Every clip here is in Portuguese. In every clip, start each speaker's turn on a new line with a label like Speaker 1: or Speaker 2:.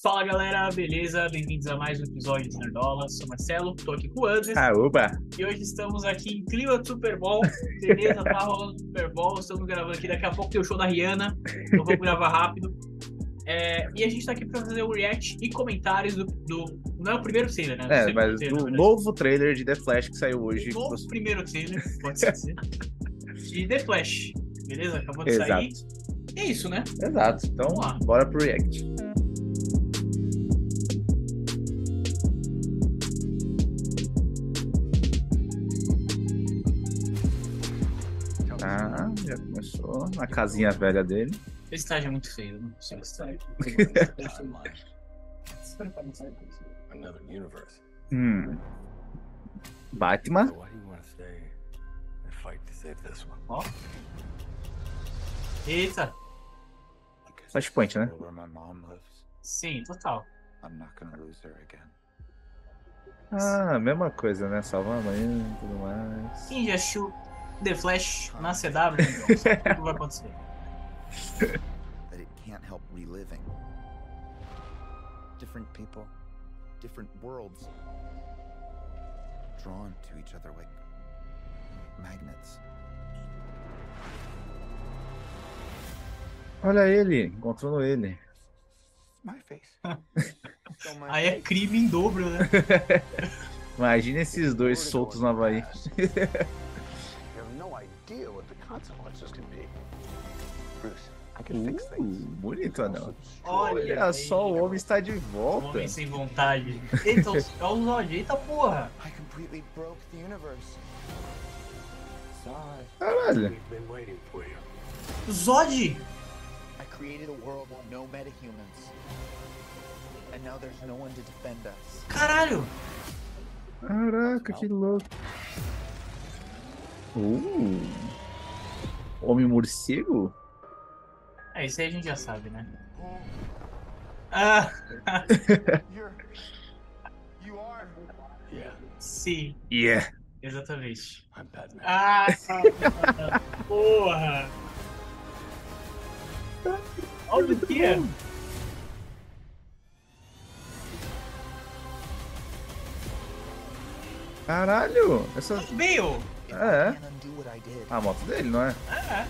Speaker 1: Fala galera, beleza? Bem-vindos a mais um episódio de Nerdola. Sou Marcelo, tô aqui com o Andres
Speaker 2: Ah, oba!
Speaker 1: e hoje estamos aqui em clima de Super Bowl. Beleza? Tá rolando Super Bowl, estamos gravando aqui. Daqui a pouco tem o show da Rihanna, então vamos gravar rápido. É, e a gente tá aqui pra fazer um react e comentários do. do- não é o primeiro trailer, né? Do
Speaker 2: É,
Speaker 1: segundo
Speaker 2: mas
Speaker 1: trailer, na
Speaker 2: do
Speaker 1: verdade.
Speaker 2: novo trailer de The Flash que saiu hoje.
Speaker 1: O
Speaker 2: que
Speaker 1: novo
Speaker 2: você-
Speaker 1: primeiro trailer, pode ser assim. De The Flash, beleza? Acabou de sair.
Speaker 2: Exato.
Speaker 1: E é isso, né?
Speaker 2: Exato. Então,
Speaker 1: Vamos lá.
Speaker 2: bora pro React. Ah, já começou. Na casinha velha dele.
Speaker 1: Esse estágio é muito feio, eu não consigo esse estágio.
Speaker 3: Another universe.
Speaker 2: Hum. Batman.
Speaker 3: So why do you want to stay and fight to save this one?
Speaker 1: Eita,
Speaker 2: Flashpoint, né?
Speaker 3: Where my mom lives,
Speaker 1: sim, total.
Speaker 3: I'm not gonna lose her again.
Speaker 2: Ah, mesma coisa, né? Salvar a mãe e tudo mais.
Speaker 1: Quem já assistiu The Flash na CW, então, sabe o que vai acontecer?
Speaker 4: that it can't help reliving. Different people, different worlds, drawn to each other like magnets.
Speaker 2: Olha ele, encontrando ele.
Speaker 3: My face. Don't mind
Speaker 1: Aí é crime em dobro, né?
Speaker 2: Imagina esses dois soltos no
Speaker 1: É.
Speaker 2: Havaí.
Speaker 3: you have no idea what the consequences could be. Bruce, I can fix things.
Speaker 2: Uh, bonito, não.
Speaker 1: Olha. um
Speaker 2: Olha só, o homem está de volta.
Speaker 1: Homem sem vontade. Eita, os olhos, olha, eita porra.
Speaker 4: I completely broke the universe.
Speaker 3: Sorry.
Speaker 2: Caralho.
Speaker 3: We've been waiting for you.
Speaker 1: Zod!
Speaker 4: I created a world with no metahumans. And now there's no one to defend us.
Speaker 1: Caralho!
Speaker 2: Caraca, que louco. Uh. Homem morcego?
Speaker 1: É, isso aí a gente já sabe, né? Ah,
Speaker 4: You're. You are.
Speaker 3: Yeah,
Speaker 1: sim,
Speaker 2: Yeah.
Speaker 1: exatamente.
Speaker 3: I'm Batman.
Speaker 1: Ah, porra! Olha o que é.
Speaker 2: Caralho! Essa
Speaker 1: Bale!
Speaker 4: If
Speaker 2: É.
Speaker 4: I can't undo what I did.
Speaker 2: a moto dele, não é?
Speaker 4: If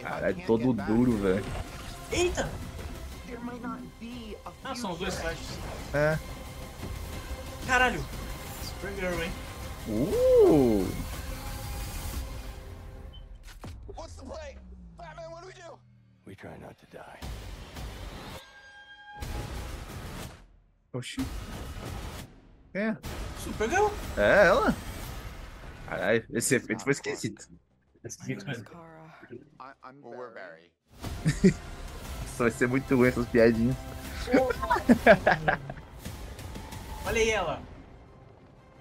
Speaker 4: I
Speaker 2: Caralho,
Speaker 4: can't
Speaker 2: todo
Speaker 4: get back,
Speaker 2: duro, velho.
Speaker 1: Eita!
Speaker 4: there might not be a
Speaker 1: Ah, são os dois
Speaker 4: future.
Speaker 1: flashes.
Speaker 2: É.
Speaker 1: Caralho! Supergirl, hein?
Speaker 2: Uh!
Speaker 4: What's the play? Batman, what do we do?
Speaker 3: We try not to die.
Speaker 2: Oxi. Quem é?
Speaker 1: Supergirl?
Speaker 2: É ela? Caralho, esse efeito foi esquisito.
Speaker 4: I, I'm well, we're Barry.
Speaker 2: Isso vai ser muito ruim essas piadinhas.
Speaker 1: Olha aí ela!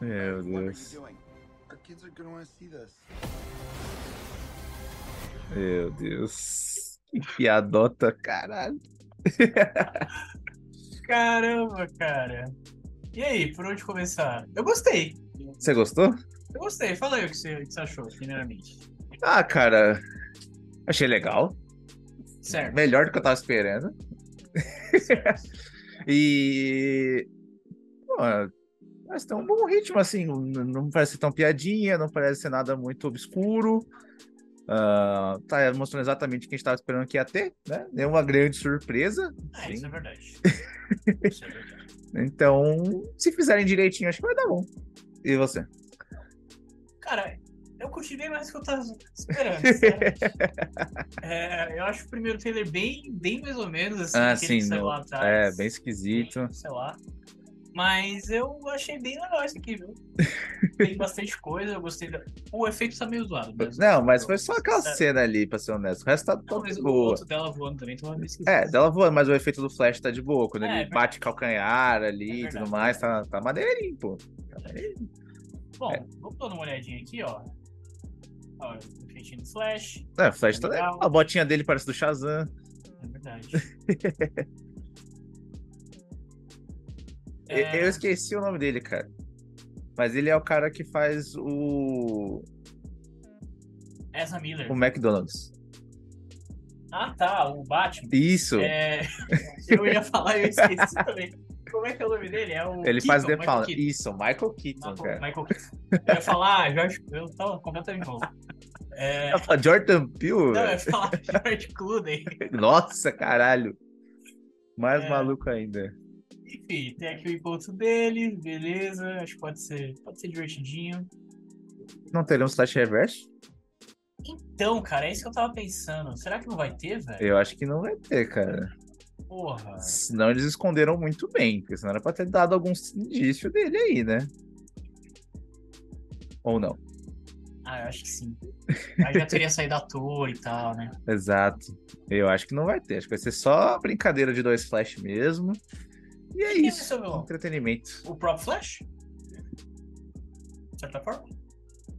Speaker 2: Meu Deus.
Speaker 4: doing? Our kids are gonna want to see this.
Speaker 2: Meu Deus. Que piadota, caralho.
Speaker 1: Caramba, cara! E aí, por onde começar? Eu gostei!
Speaker 2: Você gostou?
Speaker 1: Eu gostei, fala aí o que você, o que você achou, primeiramente.
Speaker 2: Ah, cara. Achei legal. É
Speaker 1: Certo.
Speaker 2: Melhor do que eu tava esperando.
Speaker 1: certo.
Speaker 2: E. Pô, mas tem um bom ritmo, assim. n- Não parece tão piadinha, não parece ser nada muito obscuro. Ah, tá mostrando exatamente o que a gente tava esperando que ia ter, né? Nenhuma grande surpresa.
Speaker 1: É, isso é verdade. Isso é verdade.
Speaker 2: Então, se fizerem direitinho, acho que vai dar bom. E você?
Speaker 1: Cara, eu curti bem mais do que eu tava esperando. sinceramente. É, eu acho o primeiro trailer bem, bem mais ou menos, assim,
Speaker 2: Ah,
Speaker 1: aquele que
Speaker 2: sim,
Speaker 1: saiu
Speaker 2: no-
Speaker 1: lá atrás.
Speaker 2: É, bem esquisito.
Speaker 1: Sei lá. Mas eu achei bem legal isso aqui, viu? Tem bastante coisa, eu gostei. da- O efeito tá meio zoado. mas-
Speaker 2: Não, mas foi só aquela
Speaker 1: Sério.
Speaker 2: cena ali, pra ser honesto. O resto tá
Speaker 1: Não,
Speaker 2: todo
Speaker 1: mas o
Speaker 2: boa.
Speaker 1: outro dela voando também então tava meio esquisito.
Speaker 2: É, dela voando, mas o efeito do Flash tá de boa. Quando
Speaker 1: É, é
Speaker 2: ele
Speaker 1: verdade.
Speaker 2: bate calcanhar ali
Speaker 1: É
Speaker 2: e
Speaker 1: verdade,
Speaker 2: tudo mais, tá, tá maneirinho, pô.
Speaker 1: Bom,
Speaker 2: é.
Speaker 1: vamos dar uma olhadinha aqui, ó. Ó, o efeitinho do Flash,
Speaker 2: É, o Flash tá
Speaker 1: Legal.
Speaker 2: legal. A botinha dele parece do Shazam.
Speaker 1: é verdade.
Speaker 2: E-
Speaker 1: É,
Speaker 2: Eu esqueci o nome dele, cara. Mas ele é o cara que faz o.
Speaker 1: Ezra Miller.
Speaker 2: o McDonald's.
Speaker 1: Ah, tá, o Batman.
Speaker 2: Isso.
Speaker 1: É, eu ia falar e eu esqueci também. Como é que é o nome dele? É o
Speaker 2: Ele
Speaker 1: Keaton,
Speaker 2: faz The
Speaker 1: Michael
Speaker 2: Fala.
Speaker 1: Keaton.
Speaker 2: Isso, Michael Keaton,
Speaker 1: Michael,
Speaker 2: cara.
Speaker 1: Michael Keaton. Eu ia falar, ah, Jorge, eu tava completamente maluco. É,
Speaker 2: Ela fala, Jordan Peele,
Speaker 1: não, é eu ia
Speaker 2: velho.
Speaker 1: falar George Clooney.
Speaker 2: nossa, caralho. Mais
Speaker 1: É.
Speaker 2: maluco ainda.
Speaker 1: Enfim, tem aqui o encontro dele, beleza. Acho que pode ser, pode ser divertidinho.
Speaker 2: Não um teremos Slash Reverse?
Speaker 1: Então, cara, é isso que eu tava pensando. Será que não vai ter, velho?
Speaker 2: Eu acho que não vai ter, cara.
Speaker 1: Porra.
Speaker 2: Senão eles esconderam muito bem, porque senão era pra ter dado algum indício dele aí, né? Ou não.
Speaker 1: Ah, eu acho que sim. Aí já teria saído ator e tal, né?
Speaker 2: Exato. Eu acho que não vai ter. Acho que vai ser só brincadeira de dois flash mesmo. E é
Speaker 1: Quem vai
Speaker 2: isso.
Speaker 1: ser o vilão?
Speaker 2: Entretenimento.
Speaker 1: O próprio Flash? De certa forma?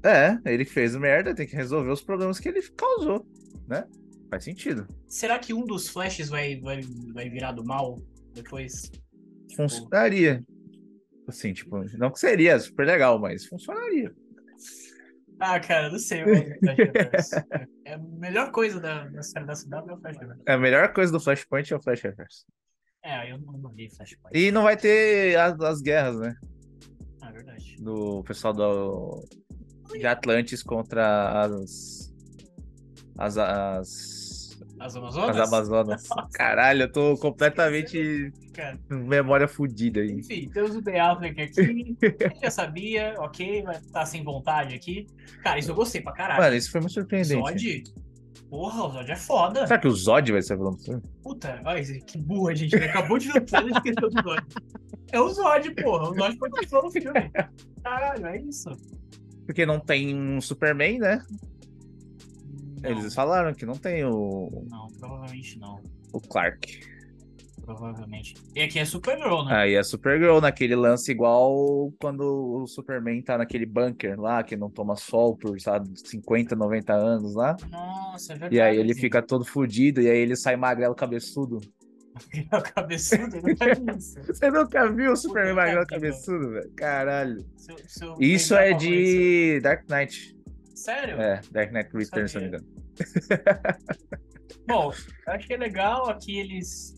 Speaker 2: É, ele fez merda, tem que resolver os problemas que ele causou, né? Faz sentido.
Speaker 1: Será que um dos Flashes vai, vai, vai virar do mal depois? Tipo,
Speaker 2: Funcionaria. Assim, tipo, não que seria super legal, mas funcionaria.
Speaker 1: Ah, cara, não sei. Eu gosto do Flash Reverso. é a melhor coisa da, da série da CW é o Flash Reverso.
Speaker 2: A melhor coisa do Flashpoint é o Flash Reverse.
Speaker 1: É, eu não, não vi Flashpoint.
Speaker 2: E não vai ter as, as guerras, né?
Speaker 1: Ah, é verdade.
Speaker 2: Do pessoal do, de Atlantis contra as. As. as
Speaker 1: As
Speaker 2: as
Speaker 1: Amazonas?
Speaker 2: Amazonas. Caralho, eu tô completamente
Speaker 1: Cara,
Speaker 2: com memória fudida aí.
Speaker 1: enfim, temos o The Affleck aqui. Quem já sabia, ok, vai estar sem vontade aqui. Cara, isso eu gostei pra caralho.
Speaker 2: Mano, isso foi muito surpreendente.
Speaker 1: Zod? Porra, o Zod é foda.
Speaker 2: Será que o Zod vai ser vilão do filme?
Speaker 1: Puta, olha, esse- que burra, gente. Ele acabou de ver o trailer e esqueceu do Zod. É o Zod, porra. O Zod participou no filme. Caralho, é isso.
Speaker 2: Porque não tem um Superman, né? Eles falaram que não tem o,
Speaker 1: Não, não, provavelmente não.
Speaker 2: o Clark.
Speaker 1: Provavelmente. E aqui é Supergirl, né?
Speaker 2: Aí a Supergirl naquele lance igual quando o Superman tá naquele bunker lá, que não toma sol por, sabe, 50, 90 anos lá.
Speaker 1: Nossa, é verdade.
Speaker 2: E aí ele fica todo fudido, e aí ele sai magrelo cabeçudo.
Speaker 1: Ele é o cabeçudo, ele faz isso.
Speaker 2: Você nunca viu o Superman
Speaker 1: Puta,
Speaker 2: magrelo
Speaker 1: cara.
Speaker 2: cabeçudo, velho? Caralho.
Speaker 1: Se eu- se eu
Speaker 2: Isso
Speaker 1: lembrar
Speaker 2: é
Speaker 1: uma coisa-
Speaker 2: de Dark Knight.
Speaker 1: Sério?
Speaker 2: É, Dark Knight Returns, se eu não
Speaker 1: Sabia.
Speaker 2: me engano.
Speaker 1: Bom, eu achei legal aqui eles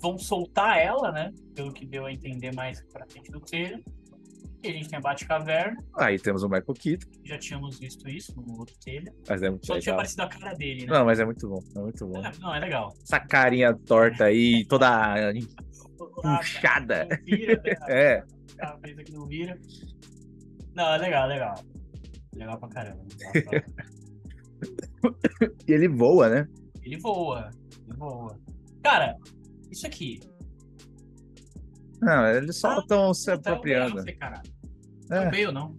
Speaker 1: vão soltar ela, né? Pelo que deu a entender mais pra frente do trailer. E a gente tem a Batcaverna,
Speaker 2: Aí Ah, temos o Michael Keaton,
Speaker 1: já tínhamos visto isso no outro trailer.
Speaker 2: mas é muito
Speaker 1: Só não tinha
Speaker 2: legal.
Speaker 1: aparecido a cara dele, né?
Speaker 2: Não, mas é muito bom, é muito bom.
Speaker 1: É, Não, é legal.
Speaker 2: Essa carinha torta aí, toda
Speaker 1: Ah,
Speaker 2: puxada.
Speaker 1: não vira, né?
Speaker 2: É.
Speaker 1: A cabeça que não vira. Não, é legal, é legal. Legal pra caramba. legal pra caramba.
Speaker 2: E ele voa, né?
Speaker 1: Ele voa, ele voa. Cara, isso aqui.
Speaker 2: Não, eles só
Speaker 1: Ah,
Speaker 2: estão se
Speaker 1: puta, é o Ben
Speaker 2: apropriando.
Speaker 1: Affleck, caralho.
Speaker 2: É.
Speaker 1: Não É. o Bale, não.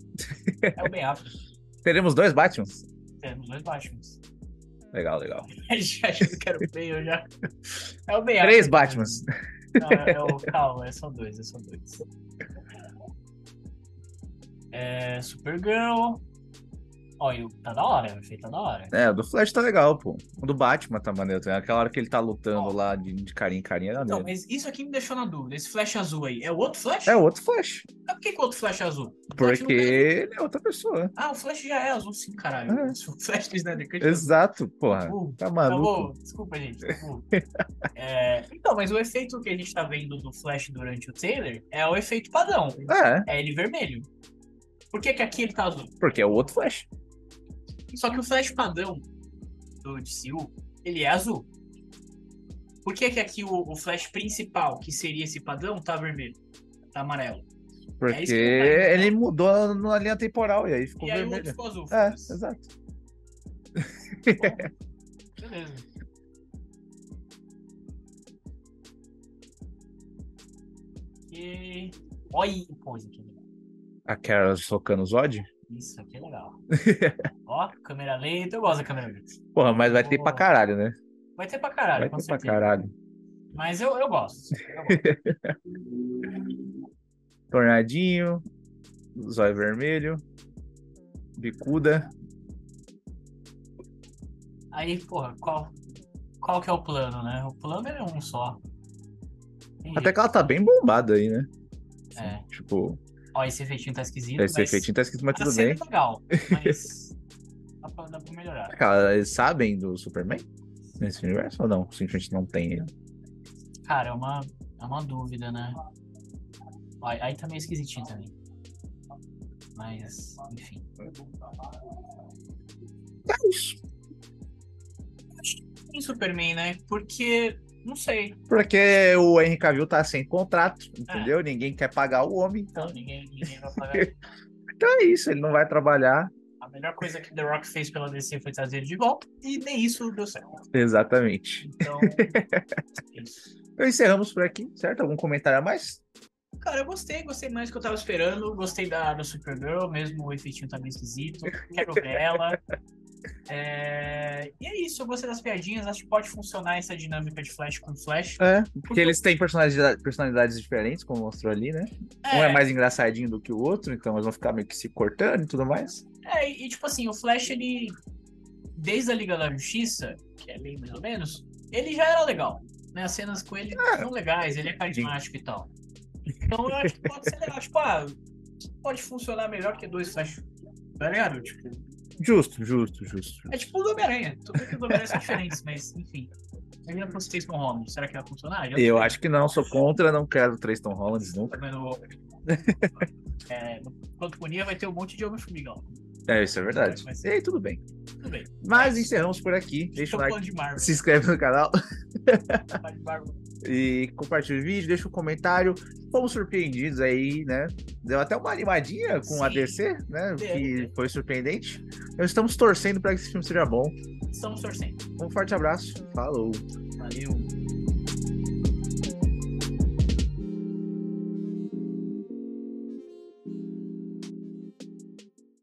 Speaker 1: É o Ben Affleck.
Speaker 2: Teremos dois Batmans?
Speaker 1: Temos é, dois Batmans.
Speaker 2: Legal, legal.
Speaker 1: já achei que era o Bale, já. É o Ben Affleck.
Speaker 2: Três Batmans.
Speaker 1: Não, é, é o, calma, é só dois, é só dois. É, Supergirl. Olha, tá da hora, feito tá da hora.
Speaker 2: É, o do Flash tá legal, pô. O do Batman tá maneiro. também. Aquela hora que ele tá lutando
Speaker 1: Ó.
Speaker 2: lá de, de carinha em carinha era
Speaker 1: Então,
Speaker 2: maneiro.
Speaker 1: mas isso aqui me deixou na dúvida. Esse flash azul aí, é o outro flash?
Speaker 2: É outro Flash.
Speaker 1: Ah, Por que, que o outro flash é azul? O Flash
Speaker 2: Porque
Speaker 1: não é-
Speaker 2: ele é outra pessoa.
Speaker 1: Ah, o flash já é azul sim, caralho.
Speaker 2: É.
Speaker 1: O flash do Snyder Cut.
Speaker 2: Exato, porra.
Speaker 1: Uh,
Speaker 2: Tá
Speaker 1: tá
Speaker 2: maluco.
Speaker 1: bom, desculpa, gente. tá bom. É, então, mas o efeito que a gente tá vendo do flash durante o trailer é o efeito padrão.
Speaker 2: É,
Speaker 1: É ele vermelho. Por que, que aqui ele tá azul?
Speaker 2: porque é o outro Flash.
Speaker 1: Só que o Flash padrão do DCU, ele é azul. Por que que aqui o, o Flash principal, que seria esse padrão, tá vermelho? Tá amarelo.
Speaker 2: Porque
Speaker 1: isso que eu falei, né?
Speaker 2: ele mudou na linha temporal e aí ficou
Speaker 1: e aí o outro
Speaker 2: vermelho.
Speaker 1: ficou azul.
Speaker 2: É,
Speaker 1: foda-se.
Speaker 2: exato.
Speaker 1: Beleza. E... Olha, É. pô, isso aqui é legal.
Speaker 2: A Carol socando o Zod?
Speaker 1: Isso aqui é legal. Ó, câmera lenta, eu gosto da câmera lenta.
Speaker 2: Porra, mas vai ter pra
Speaker 1: Pô.
Speaker 2: caralho, né?
Speaker 1: Vai ter pra caralho,
Speaker 2: Vai
Speaker 1: com
Speaker 2: ter pra
Speaker 1: certeza.
Speaker 2: caralho.
Speaker 1: Mas eu, eu gosto. Eu gosto.
Speaker 2: Tornadinho, zóio vermelho, bicuda.
Speaker 1: Aí, porra, qual, qual que é o plano, né? O plano é um só. Tem
Speaker 2: Até
Speaker 1: jeito.
Speaker 2: que ela tá bem bombada aí, né?
Speaker 1: É.
Speaker 2: Tipo,
Speaker 1: Ó, esse efeitinho tá esquisito,
Speaker 2: esse
Speaker 1: mas
Speaker 2: efeitinho tá escrito, mas
Speaker 1: tá
Speaker 2: tudo
Speaker 1: sendo
Speaker 2: bem.
Speaker 1: legal, mas dá pra, dá pra melhorar.
Speaker 2: Cara, eles sabem do Superman? nesse universo ou não? Simplesmente não tem ele.
Speaker 1: Cara, é uma, é uma dúvida, né? Aí, aí tá meio esquisitinho também. Mas, enfim.
Speaker 2: É isso.
Speaker 1: Tem Superman, né? Porque, não sei.
Speaker 2: Porque o Henry Cavill tá sem contrato,
Speaker 1: É.
Speaker 2: entendeu? Ninguém quer pagar o homem,
Speaker 1: Então,
Speaker 2: então.
Speaker 1: ninguém, ninguém vai pagar.
Speaker 2: Então é isso, ele não vai trabalhar.
Speaker 1: A melhor coisa que The Rock fez pela DC foi trazer ele de volta. E nem isso deu certo.
Speaker 2: Exatamente.
Speaker 1: Então, isso.
Speaker 2: Então encerramos por aqui, certo? Algum comentário a mais?
Speaker 1: Cara, eu gostei, gostei mais do que eu tava esperando. Gostei da, da Supergirl, mesmo o efeitinho tá meio esquisito. Quero ver ela. É, E é isso, eu gostei das piadinhas. Acho que pode funcionar essa dinâmica de Flash com Flash.
Speaker 2: É, porque eles têm personalidade- personalidades diferentes, como mostrou ali, né? Um é mais engraçadinho do que o outro, então eles vão ficar meio que se cortando e tudo mais.
Speaker 1: É, e tipo assim, o Flash, ele. Desde a Liga da Justiça, que é bem mais ou menos, ele já era legal. Né? As cenas com ele
Speaker 2: Ah,
Speaker 1: são legais, ele é carismático e tal. Então eu acho que pode ser legal. Tipo, ah, pode funcionar melhor que dois Flash. Tá ligado? Tipo,
Speaker 2: Justo, justo, justo.
Speaker 1: é tipo o do Homem-Aranha. Tudo bem que o do Homem-Aranha são diferentes, mas enfim. Eu ainda não citei com Holmes. Será que vai funcionar? Já não
Speaker 2: Eu
Speaker 1: sei.
Speaker 2: acho que não, sou contra, não quero três Tom Hollands nunca.
Speaker 1: Também não vou- É, no Pantoponia vai ter um monte de Homem-Formigão.
Speaker 2: É, isso é verdade. E aí, tudo bem.
Speaker 1: Tudo bem.
Speaker 2: Mas encerramos por aqui. Deixa
Speaker 1: Estou
Speaker 2: o like,
Speaker 1: falando de Marvel.
Speaker 2: se inscreve no canal
Speaker 1: Fala de Marvel.
Speaker 2: e compartilha o vídeo, deixa um comentário. Fomos surpreendidos aí, né? Deu até uma animadinha com
Speaker 1: Sim.
Speaker 2: a DC, né?
Speaker 1: Deu,
Speaker 2: Que
Speaker 1: deu.
Speaker 2: foi surpreendente. Nós estamos torcendo para que esse filme seja bom.
Speaker 1: Estamos torcendo.
Speaker 2: Um forte abraço. Falou.
Speaker 1: Valeu.